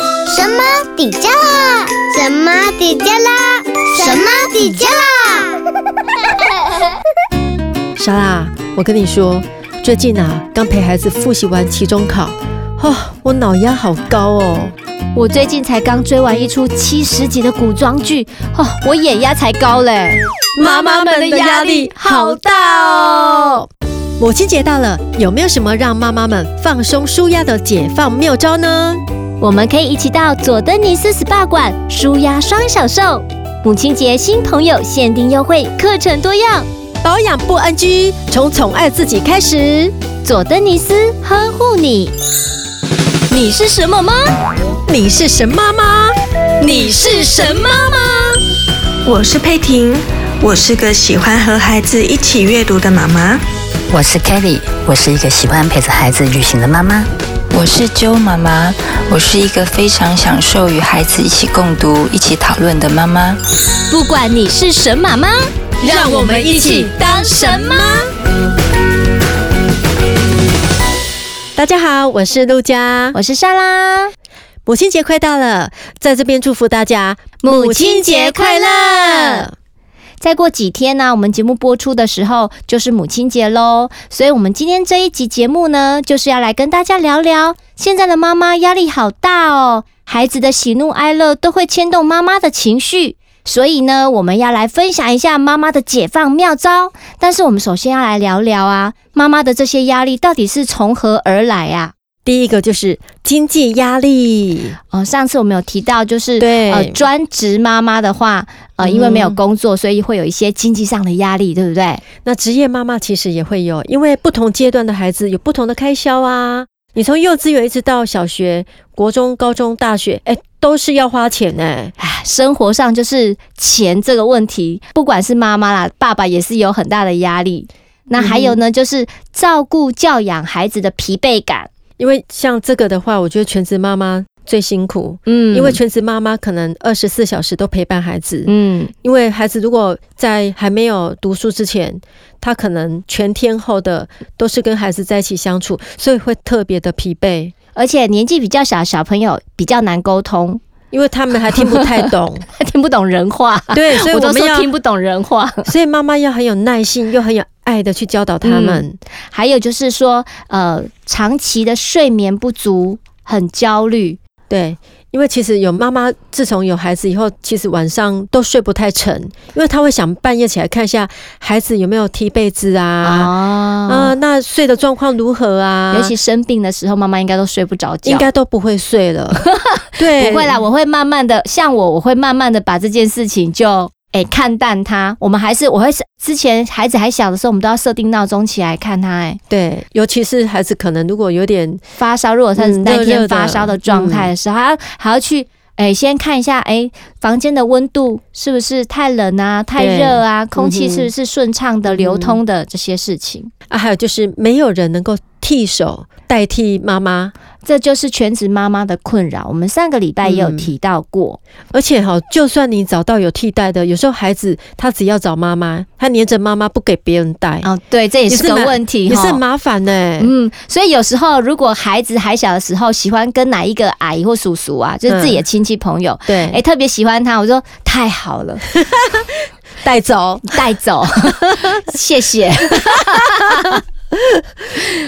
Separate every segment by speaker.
Speaker 1: 什么底加啦？什么底加啦？什么底加啦？
Speaker 2: 莎拉，我跟你说，最近啊，刚陪孩子复习完期中考，哦，我脑压好高哦。
Speaker 3: 我最近才刚追完一出七十集的古装剧，哦，我眼压才高嘞。妈妈们的压力好大哦。
Speaker 2: 母亲节到了，有没有什么让妈妈们放松舒压的解放妙招呢？
Speaker 3: 我们可以一起到佐登尼斯 SPA 馆舒压双享受，母亲节新朋友限定优惠，课程多样。
Speaker 2: 保养不 NG，从宠爱自己开始。
Speaker 3: 佐登尼斯呵护你。你是什么吗？
Speaker 2: 你是神妈妈，
Speaker 3: 你是神妈吗？
Speaker 4: 我是佩婷，我是个喜欢和孩子一起阅读的妈妈。
Speaker 5: 我是 Kelly，我是一个喜欢陪着孩子旅行的妈妈。
Speaker 6: 我是周妈妈，我是一个非常享受与孩子一起共读、一起讨论的妈妈。
Speaker 3: 不管你是神妈妈，
Speaker 2: 让我们一起
Speaker 3: 当神妈。
Speaker 2: 大家好，我是陆佳。
Speaker 3: 我是莎拉，
Speaker 2: 母亲节快到了，在这边祝福大家！！
Speaker 3: 再过几天呢、我们节目播出的时候就是母亲节喽，所以我们今天这一集节目呢，就是要来跟大家聊聊，现在的妈妈压力好大哦，孩子的喜怒哀乐都会牵动妈妈的情绪，所以呢，我们要来分享一下妈妈的解放妙招。但是我们首先要来聊聊啊，妈妈的这些压力到底是从何而来啊？
Speaker 2: 第一个就是经济压力，
Speaker 3: 哦，上次我们有提到，就是
Speaker 2: 对
Speaker 3: 呃，专职妈妈的话，呃，因为没有
Speaker 2: 嗯
Speaker 3: 工作，所以会有一些经济上的压力，对不对？
Speaker 2: 那职业妈妈其实也会有，因为不同阶段的孩子有不同的开销啊。你从幼稚园一直到小学、国中、高中、大学，哎，都是要花钱呢、
Speaker 3: 唉，生活上就是钱这个问题，不管是妈妈啦，爸爸也是有很大的压力。那还
Speaker 2: 嗯
Speaker 3: 有呢，就是照顾教养孩子的疲惫感，
Speaker 2: 因为像这个的话，我觉得全职妈妈最辛苦，
Speaker 3: 嗯
Speaker 2: 因为全职妈妈可能二十四小时都陪伴孩子，
Speaker 3: 嗯
Speaker 2: 因为孩子如果在还没有读书之前，他可能全天候的都是跟孩子在一起相处，所以会特别的疲惫，
Speaker 3: 而且年纪比较小，小朋友比较难沟通，
Speaker 2: 因为他们还听不太懂，
Speaker 3: 听不懂人话。
Speaker 2: 对，所以
Speaker 3: 我
Speaker 2: 我
Speaker 3: 都
Speaker 2: 们
Speaker 3: 说
Speaker 2: 要
Speaker 3: 听不懂人 话。
Speaker 2: 所以妈妈要很有耐心，又很有爱的去教导他
Speaker 3: 嗯
Speaker 2: 们。
Speaker 3: 还有就是说，呃，长期的睡眠不足，很焦虑。
Speaker 2: 对，因为其实有妈妈自从有孩子以后，其实晚上都睡不太沉，因为她会想半夜起来看一下孩子有没有踢被子啊，啊、
Speaker 3: 啊，
Speaker 2: 那睡的状况如何啊？
Speaker 3: 尤其生病的时候，妈妈应该都睡不着 觉。
Speaker 2: 应该都不会睡了，对，
Speaker 3: 不
Speaker 2: 嗯
Speaker 3: 会啦，我会慢慢的，像我，我会慢慢的把这件事情就。哎、看淡它。我们还是我会之前孩子还小的时候，我们都要设定闹钟起来看他、哎，
Speaker 2: 对，尤其是孩子可能如果有点
Speaker 3: 发烧，如果他
Speaker 2: 嗯
Speaker 3: 那
Speaker 2: 热热
Speaker 3: 天
Speaker 2: 的
Speaker 3: 发烧的状态的时候，还要还要去哎、先看一下哎、房间的温度是不是太冷啊、太
Speaker 2: 对
Speaker 3: 热啊，空气
Speaker 2: 嗯哼
Speaker 3: 是不是顺畅的、流
Speaker 2: 嗯
Speaker 3: 通的这些事情。
Speaker 2: 啊，还有就是没有人能够替手代替妈妈，
Speaker 3: 这就是全职妈妈的困扰。我们上个礼拜也有提到过，
Speaker 2: 而且哈，就算你找到有替代的，有时候孩子他只要找妈妈，他黏着妈妈不给别人带，
Speaker 3: 哦，对，这也是
Speaker 2: 也
Speaker 3: 个
Speaker 2: 是蛮
Speaker 3: 问题
Speaker 2: 也是很
Speaker 3: 哈。
Speaker 2: 麻烦呢、
Speaker 3: 嗯，所以有时候如果孩子还小的时候，喜欢跟哪一个阿姨或叔叔啊，
Speaker 2: 嗯
Speaker 3: 就是自己的亲戚朋友，
Speaker 2: 对，
Speaker 3: 哎、特别喜欢他，我说太好 了，
Speaker 2: 带走，
Speaker 3: 带走， 谢谢。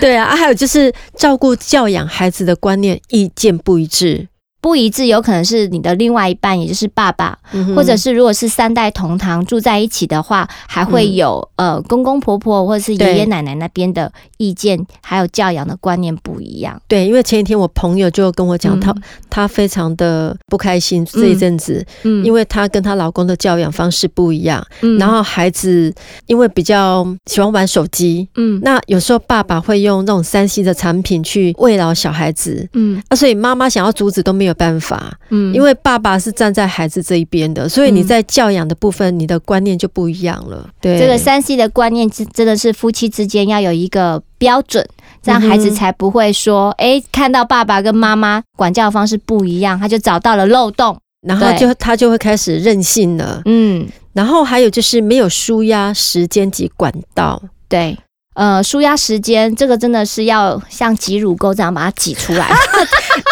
Speaker 2: 对啊，啊还有就是照顾教养孩子的观念意见不一致，
Speaker 3: 不一致有可能是你的另外一半，也就是爸爸，
Speaker 2: 嗯哼
Speaker 3: 或者是如果是三代同堂住在一起的话，还会有、呃公公婆婆或者是
Speaker 2: 嗯
Speaker 3: 爷
Speaker 2: 对
Speaker 3: 爷奶奶那边的意见，还有教养的观念不一样。
Speaker 2: 对，因为前几天我朋友就跟我讲，
Speaker 3: 嗯
Speaker 2: 她她非常的不开心这一阵子，
Speaker 3: 嗯
Speaker 2: 因为她跟她老公的教养方式不一样，
Speaker 3: 嗯
Speaker 2: 然后孩子因为比较喜欢玩手机，
Speaker 3: 嗯
Speaker 2: 那有时候爸爸会用那种三 C 的产品去慰劳小孩子。
Speaker 3: 嗯
Speaker 2: 啊，所以妈妈想要阻止都没有办法，
Speaker 3: 嗯
Speaker 2: 因为爸爸是站在孩子这一边的，所以你
Speaker 3: 嗯
Speaker 2: 在教养的部分，你的观念就不一样了。对，
Speaker 3: 这个三 C 的观念，真真的是夫妻之间要有一个标准，这样孩子
Speaker 2: 嗯哼
Speaker 3: 才不会说，诶，看到爸爸跟妈妈管教方式不一样，他就找到了漏洞。
Speaker 2: 然后就他就会开始任性了。
Speaker 3: 嗯，
Speaker 2: 然后还有就是没有舒压时间及管道，
Speaker 3: 对。呃舒压时间，这个真的是要像挤乳沟这样把它挤出来。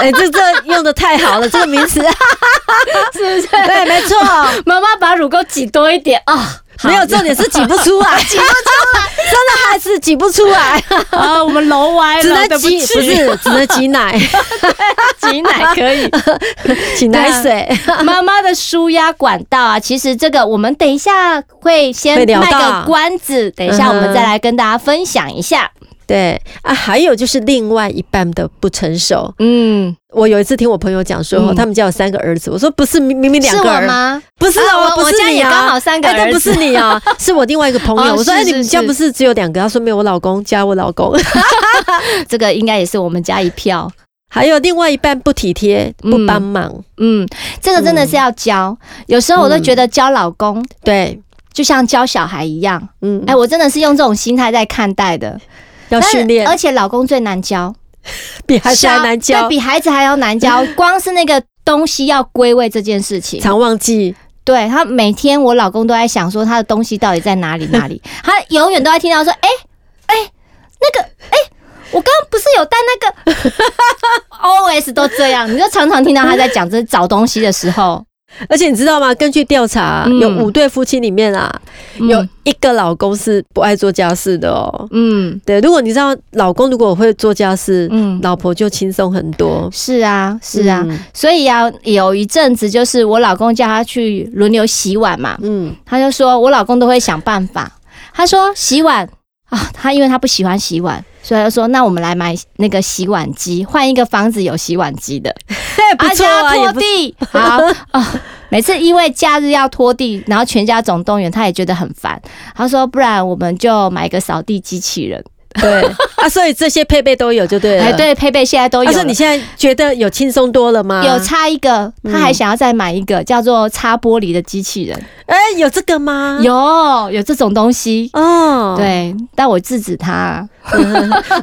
Speaker 2: 哎、这这用的太好了，这个 名词，
Speaker 3: 是不是？
Speaker 2: 对，没错，
Speaker 3: 妈妈把乳沟挤多一点啊，
Speaker 2: 没有重点是挤不出 来，挤不出来， 真的还是挤不出来，
Speaker 7: 啊，我们 楼歪
Speaker 2: 只能
Speaker 7: 了，对
Speaker 2: 挤，
Speaker 7: 起
Speaker 2: 不是只能挤奶，
Speaker 3: 挤奶可以。
Speaker 2: 挤奶
Speaker 3: 啊
Speaker 2: 水。
Speaker 3: 妈妈的舒压管道啊，其实这个我们等一下会先
Speaker 2: 会聊
Speaker 3: 卖
Speaker 2: 到
Speaker 3: 个关子，等一下我们再来跟大家分享一下。
Speaker 2: 对啊，还有就是另外一半的不成熟。
Speaker 3: 嗯，
Speaker 2: 我有一次听我朋友讲说，
Speaker 3: 嗯
Speaker 2: 他们家有三个儿子，我说不是，明明明两
Speaker 3: 是
Speaker 2: 个
Speaker 3: 我
Speaker 2: 儿
Speaker 3: 吗？
Speaker 2: 不是
Speaker 3: 啊
Speaker 2: 哦，
Speaker 3: 我
Speaker 2: 不
Speaker 3: 我
Speaker 2: 是
Speaker 3: 家
Speaker 2: 你
Speaker 3: 也
Speaker 2: 啊，
Speaker 3: 刚好三个
Speaker 2: 哎但
Speaker 3: 儿
Speaker 2: 不是
Speaker 3: 子
Speaker 2: 你 啊，是我另外一个朋友。
Speaker 3: 哦
Speaker 2: 我说，
Speaker 3: 是
Speaker 2: 哎，你
Speaker 3: 是
Speaker 2: 们家
Speaker 3: 是
Speaker 2: 不是只有两个？他说没有，我老公加我老公，
Speaker 3: 这个应该也是我们家一票。
Speaker 2: 还有另外一半不体贴，不
Speaker 3: 嗯
Speaker 2: 帮忙。
Speaker 3: 嗯，这个真的是要教。有时候我都觉得教老公、
Speaker 2: 对，
Speaker 3: 就像教小孩一样。
Speaker 2: 嗯，
Speaker 3: 哎、我真的是用这种心态在看待的。
Speaker 2: 要
Speaker 3: 但是
Speaker 2: 训练
Speaker 3: 而，且老公最难教，
Speaker 2: 比孩子还
Speaker 3: 小
Speaker 2: 难教
Speaker 3: 对，比孩子还要难教。光是那个东西要归位这件事情，
Speaker 2: 常忘记。
Speaker 3: 对他每天我老公都在想说他的东西到底在哪里哪里，他永远都在听到说，哎、哎、那个哎、我刚刚不是有带那个 ，OS 都这样，你就常常听到他在讲这找东西的时候，
Speaker 2: 而且你知道吗？根据调查，
Speaker 3: 嗯
Speaker 2: 有五对夫妻里面啊，有一个老公是不爱做家事的哦。
Speaker 3: 嗯
Speaker 2: 对，如果你知道老公如果会做家事，
Speaker 3: 嗯。
Speaker 2: 老婆就轻松很多。
Speaker 3: 是啊，是啊，
Speaker 2: 嗯
Speaker 3: 所以啊，有一阵子就是我老公叫他去轮流洗碗嘛，
Speaker 2: 嗯，
Speaker 3: 他就说我老公都会想办法。他说洗碗啊，他因为他不喜欢洗碗，所以他就说那我们来买那个洗碗机，换一个房子有洗碗机的，
Speaker 2: 哎， 不错
Speaker 3: 而
Speaker 2: 啊，
Speaker 3: 且
Speaker 2: 也
Speaker 3: 要
Speaker 2: 不
Speaker 3: 拖地。好啊，每次因为假日要拖地，然后全家总动员，他也觉得很烦。他说不然我们就买一个扫地机器人。
Speaker 2: 对啊，所以这些配备都有就对了。
Speaker 3: 哎，。对，佩佩现在都有
Speaker 2: 但
Speaker 3: 了。
Speaker 2: 是你啊嗯现在觉得有轻松多了吗？
Speaker 3: 有差一个，他还想要再买一个叫做擦玻璃的机器人，
Speaker 2: 哎、有这个吗？
Speaker 3: 有有这种东西，
Speaker 2: 哦，，
Speaker 3: 对，但我制止他，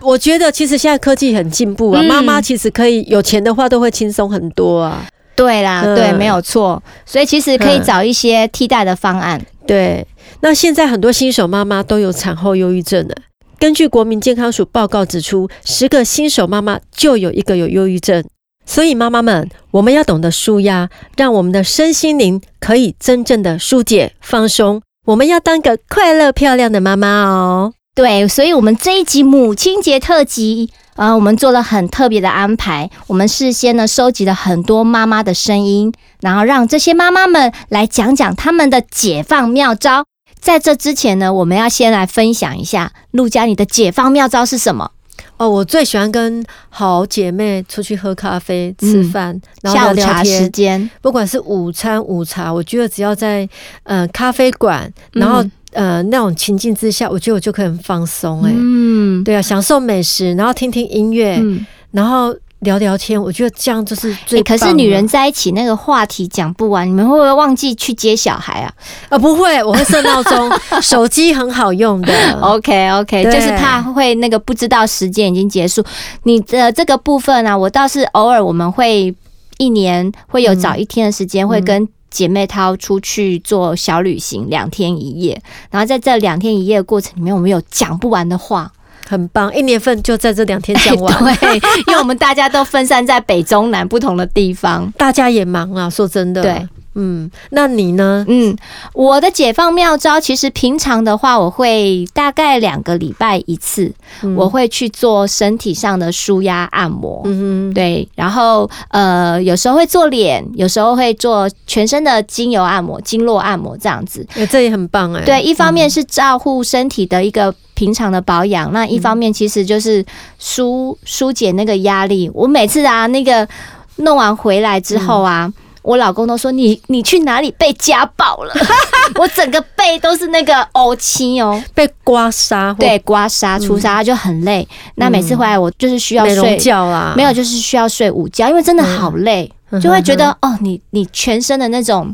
Speaker 2: 我觉得其实现在科技很进步啊，
Speaker 3: 嗯
Speaker 2: 妈妈、其实可以有钱的话都会轻松很多啊。
Speaker 3: 对啦，
Speaker 2: 嗯
Speaker 3: 对，没有错。所以其实可以
Speaker 2: 嗯
Speaker 3: 找一些替代的方案。
Speaker 2: 对，那现在很多新手妈妈都有产后忧郁症的。根据国民健康署报告指出，十个新手妈妈就有一个有忧郁症。所以妈妈们，我们要懂得舒压，让我们的身心灵可以真正的疏解放松。我们要当个快乐漂亮的妈妈哦。
Speaker 3: 对，所以我们这一集母亲节特辑，呃，我们做了很特别的安排。我们事先呢收集了很多妈妈的声音，然后让这些妈妈们来讲讲他们的解放妙招。在这之前呢，我们要先来分享一下陆佳你的解放妙招是什么？
Speaker 2: 哦，我最喜欢跟好姐妹出去喝咖啡、吃
Speaker 3: 嗯
Speaker 2: 饭，然
Speaker 3: 下
Speaker 2: 后
Speaker 3: 午
Speaker 2: 聊聊
Speaker 3: 茶时
Speaker 2: 天。
Speaker 3: 间，
Speaker 2: 不管是午餐、午茶，我觉得只要在呃咖啡馆，然后、
Speaker 3: 嗯
Speaker 2: 呃那种情境之下，我觉得我就可以很放松、欸。哎、
Speaker 3: 嗯，
Speaker 2: 对啊，享受美食，然后听听音乐，
Speaker 3: 嗯，
Speaker 2: 然后聊聊天，我觉得这样就是最
Speaker 3: 欸
Speaker 2: 棒
Speaker 3: 可
Speaker 2: 了、
Speaker 3: 是女人在一起那个话题讲不完，你们会不会忘记去接小孩啊？
Speaker 2: 啊，不会，我会设闹钟，手机很好用的。
Speaker 3: OK OK，
Speaker 2: 嗯对
Speaker 3: 就是怕会那个不知道时间已经结束。你的这个部分啊，我倒是偶尔我们会一年会有找一天的时间，会跟姐妹淘出去做小旅行两天一夜。然后在这两天一夜的过程里面，我们有讲不完的话，
Speaker 2: 很棒，一年份就在这两天讲完。
Speaker 3: 对，因为我们大家都分散在北中南不同的地方。
Speaker 2: 大家也忙啊，说真的。
Speaker 3: 对，
Speaker 2: 嗯，那你呢？
Speaker 3: 嗯，我的解放妙招，其实平常的话，我会大概两个礼拜一次，我会去做身体上的舒压按摩。
Speaker 2: 嗯哼，
Speaker 3: 对，然后呃，有时候会做脸，有时候会做全身的精油按摩、经络按摩这样子。
Speaker 2: 哎这也很棒哎、
Speaker 3: 对，一方面是照顾身体的一个平常的保养，
Speaker 2: 嗯
Speaker 3: 那一方面其实就是疏疏解那个压力。我每次啊，那个弄完回来之后啊。
Speaker 2: 嗯
Speaker 3: 我老公都说你你去哪里被家暴了， 我整个背都是那个呕青哦，
Speaker 2: 被刮痧或
Speaker 3: 对，刮痧、出痧就很累。那每次回来我就是需要
Speaker 2: 嗯美
Speaker 3: 睡
Speaker 2: 容觉啦，
Speaker 3: 没有，就是需要睡午觉，因为真的好累，
Speaker 2: 嗯
Speaker 3: 就会觉得哦，你你全身的那种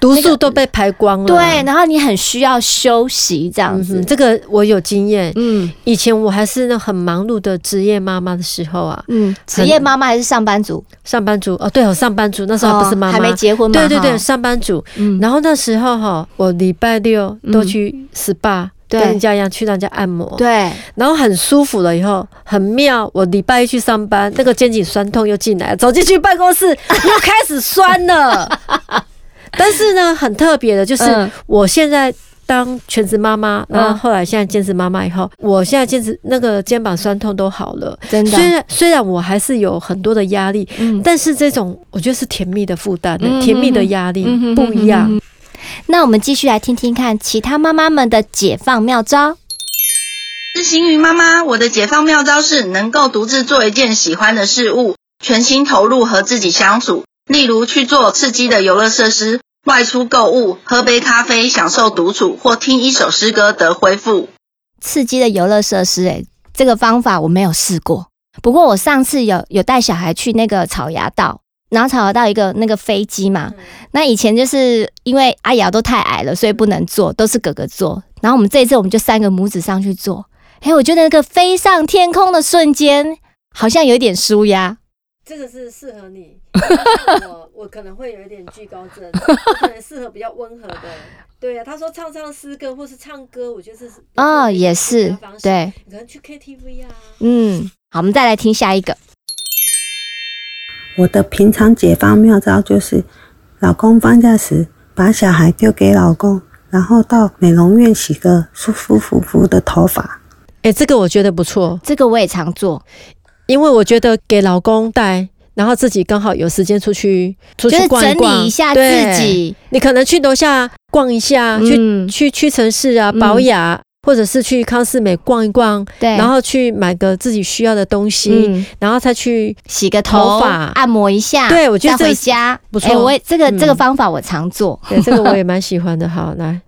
Speaker 2: 毒
Speaker 3: 那
Speaker 2: 素
Speaker 3: 个
Speaker 2: 都被排光了。
Speaker 3: 对，然后你很需要休息这样
Speaker 2: 嗯
Speaker 3: 子
Speaker 2: 哼，。这个我有经验。
Speaker 3: 嗯
Speaker 2: 以前我还是那很忙碌的职业妈妈的时候啊，
Speaker 3: 嗯，职
Speaker 2: 很
Speaker 3: 业妈妈还是上班族？
Speaker 2: 上班族哦，对哦，上班族那时候还不是妈妈，
Speaker 3: 还没结婚嘛？
Speaker 2: 对对对，
Speaker 3: 哈，
Speaker 2: 上班族。
Speaker 3: 嗯
Speaker 2: 然后那时候哈，我礼拜六都去 SPA、
Speaker 3: 对
Speaker 2: 跟人家一样去让人家按摩，，
Speaker 3: 对，
Speaker 2: 然后很舒服了以后，很妙。我礼拜一去上班，那个肩颈酸痛又进来，走进去办公室 又开始酸了。 但是呢，很特别的就是
Speaker 3: 嗯，
Speaker 2: 我现在。当全职妈妈，
Speaker 3: 嗯
Speaker 2: 然后后来现在兼职妈妈以后，我现在兼职那个肩膀酸痛都好了。
Speaker 3: 真的
Speaker 2: 虽然虽然我还是有很多的压力，
Speaker 3: 嗯
Speaker 2: 但是这种我觉得是甜蜜的负担欸
Speaker 3: 嗯，
Speaker 2: 甜蜜的压力
Speaker 3: 嗯
Speaker 2: 不一样。
Speaker 3: 那我们继续来听听看其他妈妈们的解放妙招。
Speaker 7: 是星云妈妈，我的解放妙招是能够独自做一件喜欢的事物，全心投入和自己相处。例如去做刺激的游乐设施，外出购物，喝杯咖啡，享受独处，或听一首诗歌得恢复。
Speaker 3: 刺激的游乐设施、欸，这个方法我没有试过。不过我上次有有带小孩去那个草芽道，然后草芽道一个那个飞机嘛，那以前就是因为阿瑶都太矮了，所以不能坐，都是哥哥坐。然后我们这一次我们就三个母子上去坐，哎、我觉得那个飞上天空的瞬间，好像有一点舒压。
Speaker 2: 这个是适合你， 像我我可能会有一点惧高症，我可能适合比较温和的。对呀、啊，他说唱唱诗歌或是唱歌，我觉得这是
Speaker 3: 哦，也是，，对，
Speaker 2: 可能去 KTV 啊。
Speaker 3: 嗯，好，我们再来听下一个。
Speaker 8: 我的平常解放妙招就是，老公放假时把小孩丢给老公，然后到美容院洗个舒舒服服的头发。
Speaker 2: 哎、这个我觉得不错，
Speaker 3: 这个我也常做，
Speaker 2: 因为我觉得给老公带。然后自己刚好有时间出去出
Speaker 3: 就是
Speaker 2: 去逛
Speaker 3: 整
Speaker 2: 逛，
Speaker 3: 理一下
Speaker 2: 对
Speaker 3: 自，己，
Speaker 2: 你可能去楼下逛一下，
Speaker 3: 嗯
Speaker 2: 去去屈臣氏啊、
Speaker 3: 嗯
Speaker 2: 保雅，或者是去康士美逛一逛，
Speaker 3: 对，
Speaker 2: 然后去买个自己需要的东西，
Speaker 3: 嗯
Speaker 2: 然后再去
Speaker 3: 洗个头
Speaker 2: 头发
Speaker 3: 按摩一下，
Speaker 2: 对我觉得
Speaker 3: 再
Speaker 2: 这
Speaker 3: 回
Speaker 2: 是
Speaker 3: 家
Speaker 2: 不错
Speaker 3: 哎我也这个、
Speaker 2: 嗯
Speaker 3: 这个方法我常做，
Speaker 2: 对，这个我也蛮喜欢的。好，来，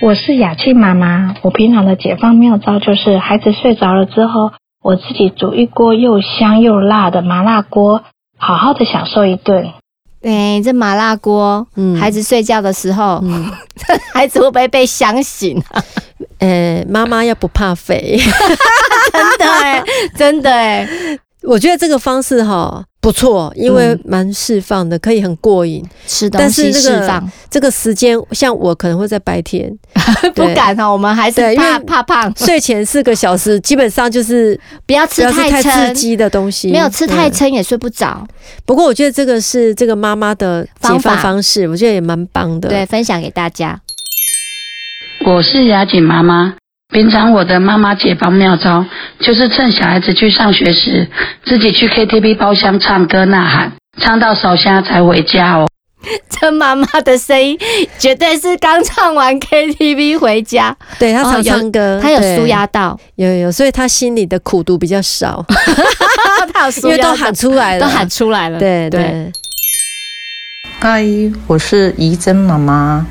Speaker 9: 我是雅庆妈妈，我平常的解放妙招就是，孩子睡着了之后，我自己煮一锅又香又辣的麻辣锅，好好的享受一顿。
Speaker 3: 哎，这麻辣锅，
Speaker 2: 嗯
Speaker 3: 孩子睡觉的时候，
Speaker 2: 嗯，
Speaker 3: 孩子会不会被香 醒、啊？
Speaker 2: 呃，妈妈要不怕肥，
Speaker 3: 真的哎，真的哎，
Speaker 2: 我觉得这个方式哈不错，因为
Speaker 3: 嗯
Speaker 2: 蛮释放的，可以很过瘾。
Speaker 3: 吃东
Speaker 2: 但是
Speaker 3: 西
Speaker 2: 那
Speaker 3: 释
Speaker 2: 个
Speaker 3: 放，
Speaker 2: 这个时间，像我可能会在白天
Speaker 3: 不
Speaker 2: 对
Speaker 3: 敢哦，我们还是
Speaker 2: 对因
Speaker 3: 怕
Speaker 2: 为
Speaker 3: 怕胖，
Speaker 2: 睡前四个小时，基本上就是
Speaker 3: 不要
Speaker 2: 不
Speaker 3: 吃
Speaker 2: 要吃太
Speaker 3: 撑，
Speaker 2: 刺激的东西，
Speaker 3: 没有吃太
Speaker 2: 对
Speaker 3: 撑也睡不着。
Speaker 2: 不过我觉得这个是这个妈妈的解
Speaker 3: 方法
Speaker 2: 放方式，我觉得也蛮棒的。
Speaker 3: 对，，分享给大家。
Speaker 10: 我是雅锦妈妈。平常我的妈妈解放妙招，就是趁小孩子去上学时，自己去 KTV 包厢唱歌呐喊，唱到烧瞎才回家哦。
Speaker 3: 这妈妈的声 音绝对是刚唱完 KTV 回家，
Speaker 2: 对她
Speaker 3: 哦
Speaker 2: 常
Speaker 3: 有
Speaker 2: 唱歌，
Speaker 3: 她
Speaker 2: 嗯
Speaker 3: 有
Speaker 2: 对
Speaker 3: 舒压， 到，
Speaker 2: 有有，所以她心里的苦毒比较少，
Speaker 3: 她有 舒
Speaker 2: 因为
Speaker 3: 压到，
Speaker 2: 都喊出来了，
Speaker 3: 都喊出来了，
Speaker 2: 对对，
Speaker 11: 嗨，我是怡珍妈妈。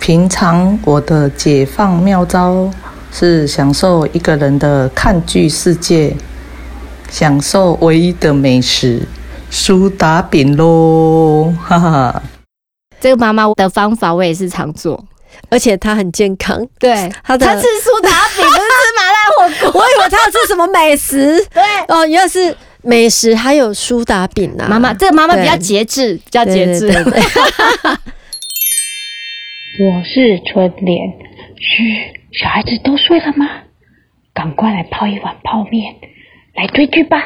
Speaker 11: 平常我的解放妙招是享受一个人的看剧世界，享受唯一的美食苏打饼喽，哈哈。
Speaker 3: 这个妈妈的方法我也是常做。
Speaker 2: 而且她很健康。
Speaker 3: 对，
Speaker 2: 她的
Speaker 3: 她吃苏打饼，不是吃麻辣火 锅。
Speaker 2: 我以为她要吃什么美食，
Speaker 3: 对，
Speaker 2: 哦，原来是美食，还有苏打饼啊。
Speaker 3: 妈妈，这个妈妈比
Speaker 2: 对
Speaker 3: 较节制，比较节制。
Speaker 2: 对对对
Speaker 9: 我是春莲，嘘，小孩子都睡了吗？赶快来泡一碗泡面，来追剧吧。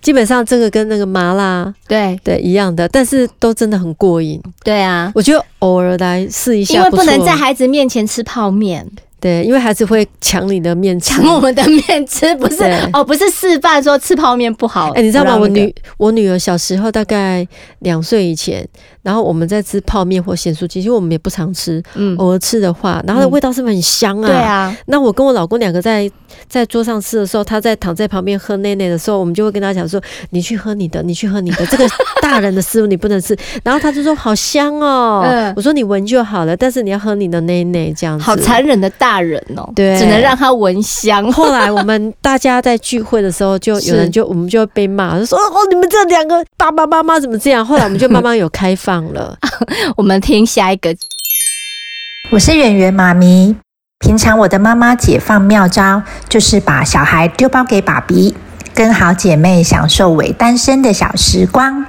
Speaker 2: 基本上这个跟那个麻辣
Speaker 3: 对
Speaker 2: 对一样的，但是都真的很过瘾。
Speaker 3: 对啊，
Speaker 2: 我觉得偶尔来试一下，
Speaker 3: 因为不能
Speaker 2: 错
Speaker 3: 在孩子面前吃泡面，
Speaker 2: 对，因为孩子会抢你的面吃，
Speaker 3: 抢我们的面吃，不是
Speaker 2: 对
Speaker 3: 哦，不是示范说吃泡面不好。
Speaker 2: 哎、你知道吗？
Speaker 3: 不
Speaker 2: 我
Speaker 3: 让那个
Speaker 2: 女我女儿小时候大概两岁以前，然后我们在吃泡面或咸酥鸡，其实我们也不常吃，
Speaker 3: 嗯
Speaker 2: 偶尔吃的话，然后的味道是不是很香啊？
Speaker 3: 对。啊，
Speaker 2: 那我跟我老公两个在在桌上吃的时候，他在躺在旁边喝奶奶的时候，我们就会跟他讲说：“你去喝你的，你去喝你的，这个大人的食物你不能吃。” 然后他就说：“好香哦。
Speaker 3: 嗯
Speaker 2: 我说：“你闻就好了，但是你要喝你的奶奶这样子。”
Speaker 3: 好残忍的大人哦，
Speaker 2: 对
Speaker 3: 只能让他闻香。
Speaker 2: 后来我们大家在聚会的时候，就是有人就我们就被骂，就说哦，你们这两个爸爸妈妈怎么这样？后来我们就慢慢有开放了，
Speaker 3: 啊我们听下一个，
Speaker 12: 我是圆圆妈咪。平常我的妈妈解放妙招就是把小孩丢包给爸比，跟好姐妹享受伪单身的小时光。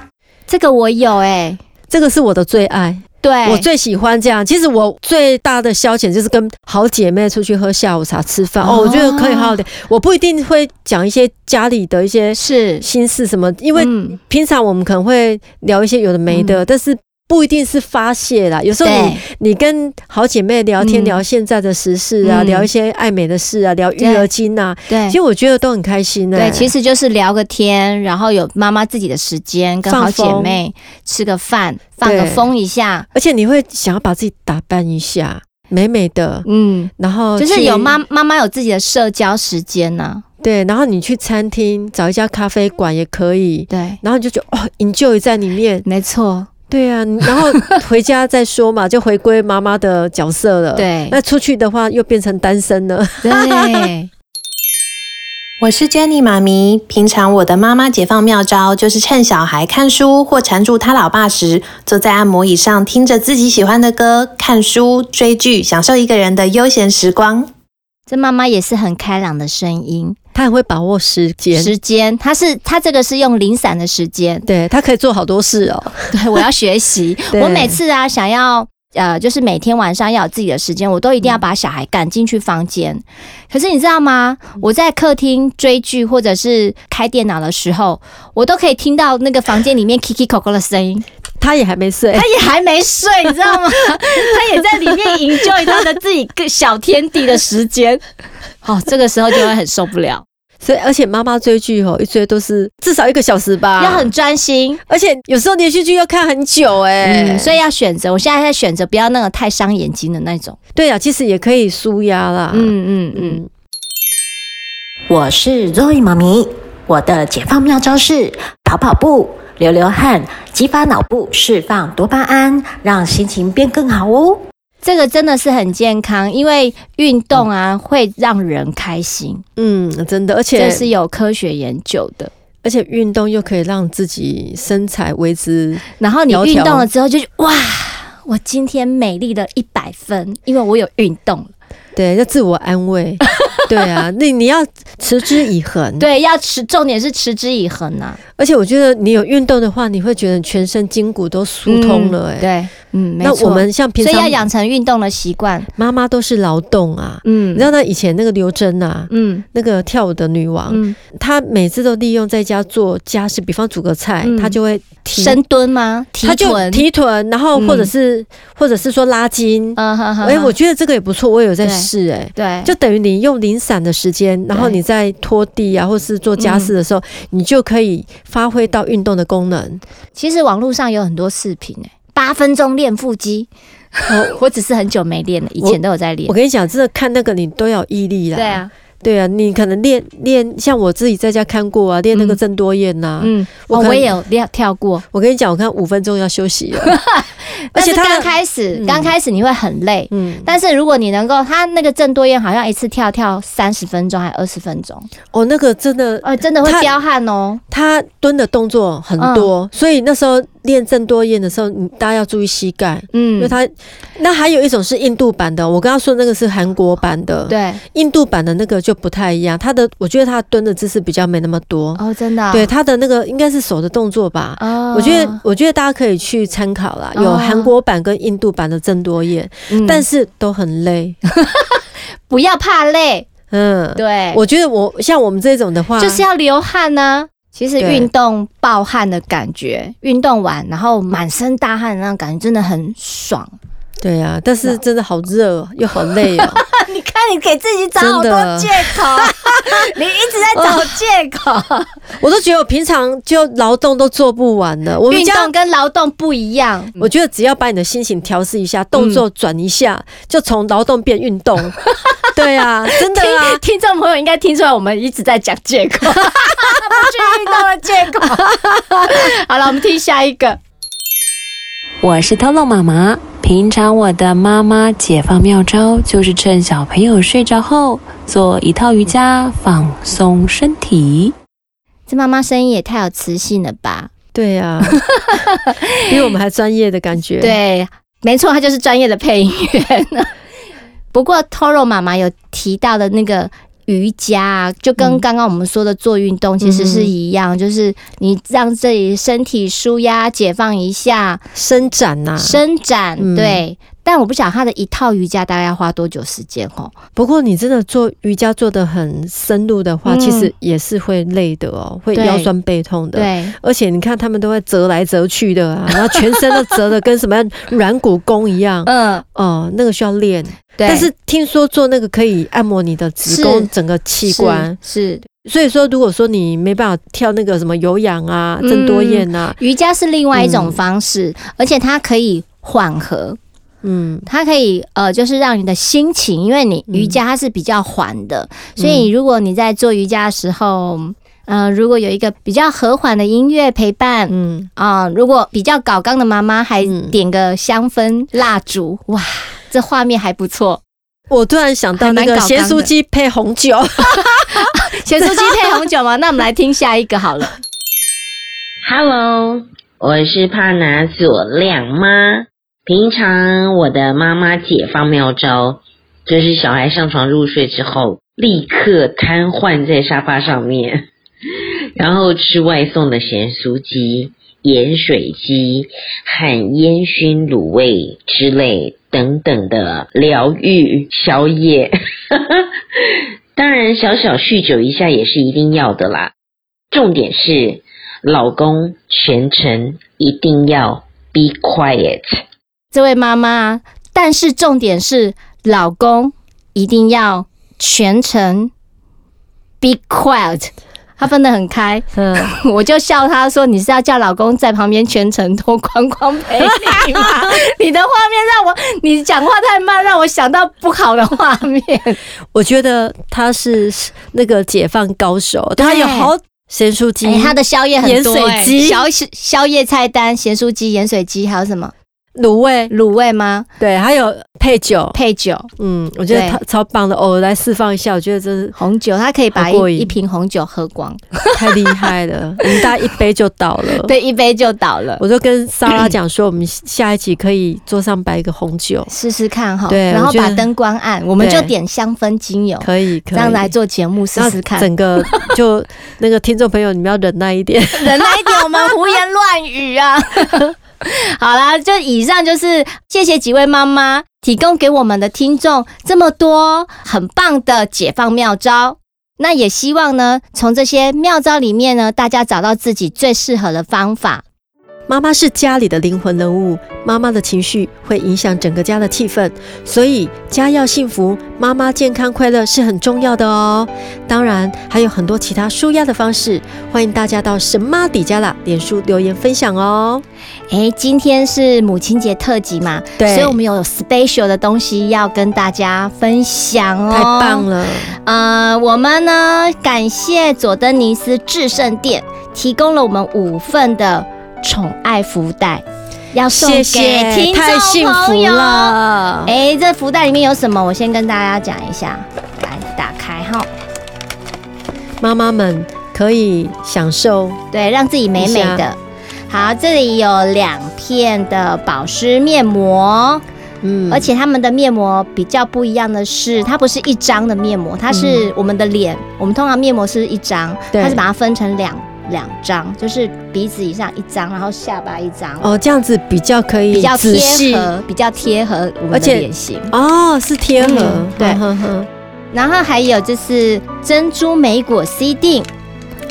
Speaker 3: 这个我有哎，
Speaker 2: 这个是我的最爱。
Speaker 3: 对，
Speaker 2: 我最喜欢这样。其实我最大的消遣就是跟好姐妹出去喝下午茶、吃饭。哦，我觉得可以好好的。我不一定会讲一些家里的一些
Speaker 3: 是
Speaker 2: 心事什么，因为
Speaker 3: 嗯
Speaker 2: 平常我们可能会聊一些有的没的，但是。不一定是发泄啦，有时候你
Speaker 3: 对
Speaker 2: 你跟好姐妹聊天，
Speaker 3: 嗯
Speaker 2: 聊现在的时事啊，
Speaker 3: 嗯
Speaker 2: 聊一些爱美的事啊，聊育儿经啊，
Speaker 3: 对
Speaker 2: 其实我觉得都很开心呢、
Speaker 3: 对，其实就是聊个天，然后有妈妈自己的时间，跟
Speaker 2: 放
Speaker 3: 好姐
Speaker 2: 风
Speaker 3: 妹吃个饭，放个
Speaker 2: 对
Speaker 3: 风一下。
Speaker 2: 而且你会想要把自己打扮一下，美美的，
Speaker 3: 嗯，
Speaker 2: 然后
Speaker 3: 就是
Speaker 2: 去
Speaker 12: 哦
Speaker 3: 有妈妈妈有自己的社交时间呢、
Speaker 2: 对，然后你去餐厅找一家咖啡馆也可以，
Speaker 3: 对，
Speaker 2: 然后你就觉得哦，enjoy 在里面，
Speaker 3: 没错，
Speaker 2: 对啊，然后回家再说嘛， 就回归妈妈的角色了。
Speaker 3: 对
Speaker 2: 那出去的话又变成单身了。
Speaker 3: 对，
Speaker 13: 我是 Jenny 妈咪。平常我的妈妈解放妙招就是趁小孩看书或缠住他老爸时，坐在按摩椅上听着自己喜欢的歌、看书、追剧，享受一个人的悠闲时光。
Speaker 3: 这妈妈也是很开朗的声音，
Speaker 2: 她很会把握时间，
Speaker 3: 时间，她是她这个是用零散的时间，
Speaker 2: 对她可以做好多事哦。。
Speaker 3: 对，我要学习
Speaker 2: 对
Speaker 3: 我每次啊，想要呃，就是每天晚上要有自己的时间，我都一定要把小孩赶进去房间。可是你知道吗？我在客厅追剧或者是开电脑的时候，我都可以听到那个房间里面 Kiki Coco 的声音，
Speaker 2: 她也还没睡，
Speaker 3: 他也哎还没睡，你知道吗？ 他也在里面营救他的自己个小天地的时间。 哦，这个时候就会很受不了，
Speaker 2: 所以而且妈妈追剧哦，一追都是至少一个小时吧，
Speaker 3: 要很专心。
Speaker 2: 而且有时候连续剧要看很久哎、
Speaker 3: 嗯，所以要选择。我现在在选择不要那个太伤眼睛的那种。
Speaker 2: 对啊，其实也可以舒压啦。
Speaker 3: 嗯嗯嗯，
Speaker 14: 我是 Zoe 妈咪，我的解放妙招是跑跑步、流流汗，激发脑部释放多巴胺，让心情变更好哦。
Speaker 3: 这个真的是很健康，因为运动啊、会让人开心，
Speaker 2: 嗯，真的，而且
Speaker 3: 这是有科学研究的。
Speaker 2: 而且运动又可以让自己身材维 持窈窕，
Speaker 3: 然后你运动了之后就是哇，我今天美丽了一百分，因为我有运动。
Speaker 2: 对，要自我安 慰。对啊，那你要持之以恒。，
Speaker 3: 对，要持，重点是持之以恒啊呐、
Speaker 2: 而且我觉得你有运动的话，你会觉得全身筋骨都疏通了、欸。
Speaker 3: 嗯对，嗯，没
Speaker 2: 那
Speaker 3: 错
Speaker 2: 我们像平常
Speaker 3: 所以要养成运动的习惯。
Speaker 2: 妈妈都是劳动啊。
Speaker 3: 嗯
Speaker 2: 你知道那以前那个刘真啊，
Speaker 3: 嗯
Speaker 2: 那个跳舞的女王，
Speaker 3: 嗯，
Speaker 2: 她每次都利用在家做家事，比方煮个菜，
Speaker 3: 嗯
Speaker 2: 她就会提
Speaker 3: 深蹲吗？提
Speaker 2: 她就
Speaker 3: 臀，
Speaker 2: 提臀，然后或者是、或者是说拉筋。
Speaker 3: 嗯哼哼，
Speaker 2: 哎、我
Speaker 3: 哼
Speaker 2: 觉得这个也不错，我也有在
Speaker 3: 对
Speaker 2: 试哎、
Speaker 3: 对，
Speaker 2: 就等于你用零散的时间，然后你在拖地啊，或是做家事的时候，
Speaker 3: 嗯
Speaker 2: 你就可以发挥到运动的功能。
Speaker 3: 其实网络上有很多视频哎、八分钟练腹肌， 我我只是很久没练了，以前都有在练
Speaker 2: 哦我。跟你讲，真的看那个你都要有毅力啦。
Speaker 3: 对，啊，
Speaker 2: 对啊，你可能练练，像我自己在家看过啊，练那个郑多燕呐、
Speaker 3: 嗯，
Speaker 2: 我
Speaker 3: 我
Speaker 2: 可能
Speaker 3: 我也有跳跳过，
Speaker 2: 我跟你讲，我看五分钟要休息 了，而
Speaker 3: 但
Speaker 2: 且
Speaker 3: 是
Speaker 2: 他
Speaker 3: 刚开始
Speaker 2: 嗯
Speaker 3: 刚开始你会很累，
Speaker 2: 嗯，
Speaker 3: 但是如果你能够，他那个郑多燕好像一次跳跳三十分钟还二十分钟，
Speaker 2: 哦，那个真的，
Speaker 3: 呃，真的会
Speaker 2: 他
Speaker 3: 彪悍哦。
Speaker 2: 他蹲的动作很多，
Speaker 3: 嗯
Speaker 2: 所以那时候练郑多燕的时候，你大家要注意膝盖。因
Speaker 3: 嗯
Speaker 2: 为，他那还有一种是印度版的，我刚刚说那个是韩国版的，
Speaker 3: 对，
Speaker 2: 印度版的那个就不太一样，它的我觉得它蹲的姿势比较没那么多，
Speaker 3: 哦，真的啊、
Speaker 2: 对它的那个应该是手的动作吧。
Speaker 3: 哦，
Speaker 2: 我觉得，我觉得大家可以去参考啦，
Speaker 3: 哦
Speaker 2: 有韩国版跟印度版的郑多燕，
Speaker 3: 嗯
Speaker 2: 但是都很累。
Speaker 3: 不要怕累，
Speaker 2: 嗯，
Speaker 3: 对，
Speaker 2: 我觉得我像我们这种的话，
Speaker 3: 就是要流汗呢、其实
Speaker 2: 对
Speaker 3: 运动暴汗的感觉，运动完然后满身大汗的那种感觉真的很爽。
Speaker 2: 对呀、但是
Speaker 3: 嗯
Speaker 2: 真的好热又好累 哦。
Speaker 3: 你看，你给自己找好
Speaker 2: 真
Speaker 3: 多
Speaker 2: 的
Speaker 3: 借口， 你一直在找借口。
Speaker 2: 我都觉得我平常就劳动都做不完了，我们
Speaker 3: 运
Speaker 2: 家
Speaker 3: 动跟劳动不一样，
Speaker 2: 我觉得只要把你的心情调试一下，动
Speaker 3: 嗯
Speaker 2: 作转一下，就从劳动变运 动。对啊，真的啊，
Speaker 3: 听听众朋友应该听出来，我们一直在讲借口，不去运动的借口。 好了，我们听下一个。
Speaker 15: 我是豆豆妈妈。平常我的妈妈解放妙招就是趁小朋友睡着后做一套瑜伽放松身体。
Speaker 3: 这妈妈声音也太有磁性了吧？
Speaker 2: 对 啊，比我们还专业的感觉。，
Speaker 3: 对，没错，她就 是专业的配音员。不过 Toro 妈妈有提到的那个瑜伽啊，就跟
Speaker 2: 嗯
Speaker 3: 刚刚我们说的做运动其实是一样，就是你让自己身体舒压、解放一下、
Speaker 2: 伸展啊呐、
Speaker 3: 伸展。
Speaker 2: 嗯
Speaker 3: 对，但我不晓得他的一套瑜伽大概要花多久时间哦。
Speaker 2: 不过你真的做瑜伽做得很深入的话，
Speaker 3: 嗯
Speaker 2: 其实也是会累的哦，会
Speaker 3: 对
Speaker 2: 腰酸背痛的。
Speaker 3: 对，
Speaker 2: 而且你看他们都会折来折去的 啊，然后全身都折的跟什么样软骨功一样。
Speaker 3: 嗯，
Speaker 2: 哦、那个需要练。
Speaker 3: 对
Speaker 2: 但是听说做那个可以按摩你的子
Speaker 3: 是
Speaker 2: 宫整个器官。
Speaker 3: 是是
Speaker 2: 所以说，如果说你没办法跳那个什么有氧啊、
Speaker 3: 嗯
Speaker 2: 郑多燕啊，
Speaker 3: 瑜伽是另外一种
Speaker 2: 嗯
Speaker 3: 方式，而且它可以缓和，
Speaker 2: 嗯，
Speaker 3: 它可以呃，就是让你的心情，因为你瑜伽它是比较缓的，所以如果你在做瑜伽的时候。呃，如果有一个比较和缓的音乐陪伴，
Speaker 2: 嗯
Speaker 3: 啊、如果比较搞刚的妈妈还点个香氛蜡烛，哇，这画面还不错。
Speaker 2: 我突然想到那
Speaker 3: 还蛮
Speaker 2: 个
Speaker 3: 搞
Speaker 2: 咸
Speaker 3: 纲的
Speaker 2: 酥鸡配红 酒，
Speaker 3: 咸酥鸡配红酒吗？那我们来听下一个好了。
Speaker 16: Hello，我是帕拿佐亮妈。平常我的妈妈解放妙招，就是小孩上床入睡之后，立刻瘫痪在沙发上面， 然后吃外送的咸酥鸡、盐水鸡和烟熏卤味之类等等的疗愈宵夜。 当然，小小酗酒一下也是一定要的啦。重点是，老公全程一定要 be quiet。
Speaker 3: 这位妈妈，但是重点是，老公一定要全程 be quiet，她分得很开。
Speaker 2: 嗯，
Speaker 3: 我就笑她说：“你是要叫老公在旁边全程脱光光陪你吗？” 你的画面让我，你讲话太慢，让我想到不好的画面。
Speaker 2: 我觉得他是那个解放高手，他有好咸酥鸡
Speaker 3: 哎，，她的宵夜很多、
Speaker 2: 盐水
Speaker 3: 哎
Speaker 2: 鸡、
Speaker 3: 宵宵夜菜单：咸酥鸡、盐水鸡，还有什么
Speaker 2: 卤味，
Speaker 3: 卤味吗？
Speaker 2: 对，还有配酒，
Speaker 3: 配酒。
Speaker 2: 嗯，我觉得
Speaker 3: 对
Speaker 2: 他超棒的哦，来释放一下，我觉得真是
Speaker 3: 红酒，她可以把
Speaker 2: 好过
Speaker 3: 一
Speaker 2: 瘾
Speaker 3: 一瓶红酒喝光，
Speaker 2: 太厉害 了，我们大家一杯就倒了。
Speaker 3: 对，一杯就倒了。
Speaker 2: 我就跟莎拉讲说，我们下一集可以桌上摆一个红酒，
Speaker 3: 试试看哈，
Speaker 2: 对
Speaker 3: 然后
Speaker 2: 我觉
Speaker 3: 把
Speaker 2: 得
Speaker 3: 灯关暗，我们就
Speaker 2: 对
Speaker 3: 点香氛精油，
Speaker 2: 可以，可
Speaker 3: 这
Speaker 2: 以
Speaker 3: 样来做节目试试看
Speaker 2: 那。整个就那个听众朋友，你们要忍耐一点。
Speaker 3: 忍耐一点，我 们胡言乱语啊！ 好啦，就以上就是谢谢几位妈妈提供给我们的听众这么多很棒的解放妙招。那也希望呢，从这些妙招里面呢，大家找到自己最适合的方法。
Speaker 2: 妈妈是家里的灵魂人物，妈妈的情绪会影响整个家的气氛，所以家要幸福，妈妈健康快乐是很重要的哦。当然，还有很多其他舒压的方式，欢迎大家到神妈底加啦脸书留言分享哦。
Speaker 3: 诶，今天是母亲节特辑嘛，
Speaker 2: 对
Speaker 3: 所以我们有 special 的东西要跟大家分享哦，
Speaker 2: 太棒！了，
Speaker 3: 呃，我们呢感谢佐登尼斯至圣殿提供了我们五份的宠爱福袋，要送
Speaker 2: 谢
Speaker 3: 给
Speaker 2: 谢，
Speaker 3: 听
Speaker 2: 太幸
Speaker 3: 众朋
Speaker 2: 福
Speaker 3: 友。
Speaker 2: 了。
Speaker 3: 哎，这福袋里面有什么？我先跟大家讲一下，来打开哈，
Speaker 2: 妈妈们可以享受
Speaker 3: 对，让自己美美
Speaker 2: 一
Speaker 3: 的
Speaker 2: 下。
Speaker 3: 好，这里有两片的保湿面膜，
Speaker 2: 嗯
Speaker 3: 而且他们的面膜比较不一样的是，它不是一张的面膜，它是我们的脸，我们通常面膜是一张，
Speaker 2: 嗯对
Speaker 3: 它是把它分成两两张，就是鼻子以上一张，然后下巴一张，
Speaker 2: 哦，这样子比较可以
Speaker 3: 比较
Speaker 2: 仔细
Speaker 3: 贴合，比较贴合我
Speaker 2: 而
Speaker 3: 们的
Speaker 2: 且
Speaker 3: 脸型。
Speaker 2: 哦，是贴合，
Speaker 3: 嗯对
Speaker 2: 呵呵
Speaker 3: 然后还有就是珍珠莓果 C 定。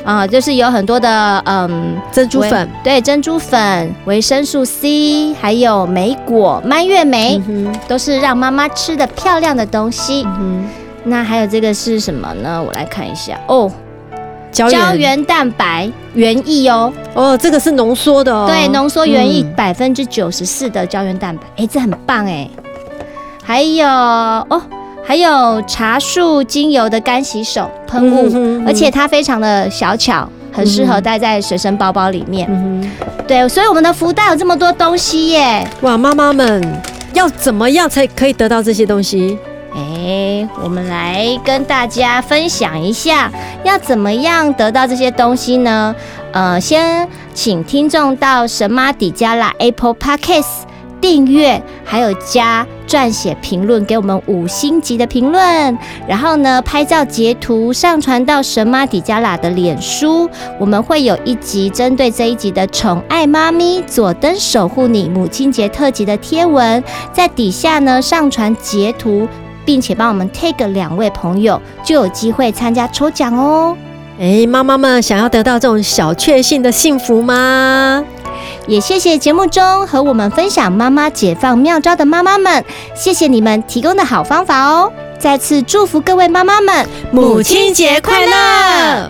Speaker 3: 啊、就是有很多的嗯，
Speaker 2: 珍珠粉
Speaker 3: 维，对，珍珠粉、维生素 C，还有莓果、蔓越莓，
Speaker 2: 嗯
Speaker 3: 都是让妈妈吃的漂亮的东西。
Speaker 2: 嗯
Speaker 3: 那还有这个是什么呢？我来看一下哦，
Speaker 2: 胶原
Speaker 3: 蛋白原液哦，
Speaker 2: 哦，这个是浓缩的哦，
Speaker 3: 对，浓缩原液
Speaker 2: 嗯
Speaker 3: 百分之九十四的胶原蛋白，哎、这很棒哎。还有哦，还有茶树精油的干洗手喷雾，
Speaker 2: 嗯哼嗯哼
Speaker 3: 而且它非常的小巧，很适合
Speaker 2: 嗯
Speaker 3: 带在随身包包里面。对，所以我们的福袋有这么多东西耶。
Speaker 2: 哇，妈妈们要怎么样才可以得到这些东西？
Speaker 3: 哎，我们来跟大家分享一下，要怎么样得到这些东西呢？呃，先请听众到神马底加啦 Apple Podcast 订阅，还有加撰写评论，给我们五星级的评论。然后呢，拍照截图上传到神妈底加拉的脸书，我们会有一集针对这一集的“宠爱妈咪左灯守护你”母亲节特辑的贴文，在底下呢上传截图，并且帮我们 tag 两位朋友，就有机会参加抽奖哦。
Speaker 2: 哎，妈妈们想要得到这种小确幸的幸福吗？
Speaker 3: 也谢谢节目中和我们分享妈妈解放妙招的妈妈们，谢谢你们提供的好方法哦！再次祝福各位妈妈们
Speaker 2: 母亲节快乐！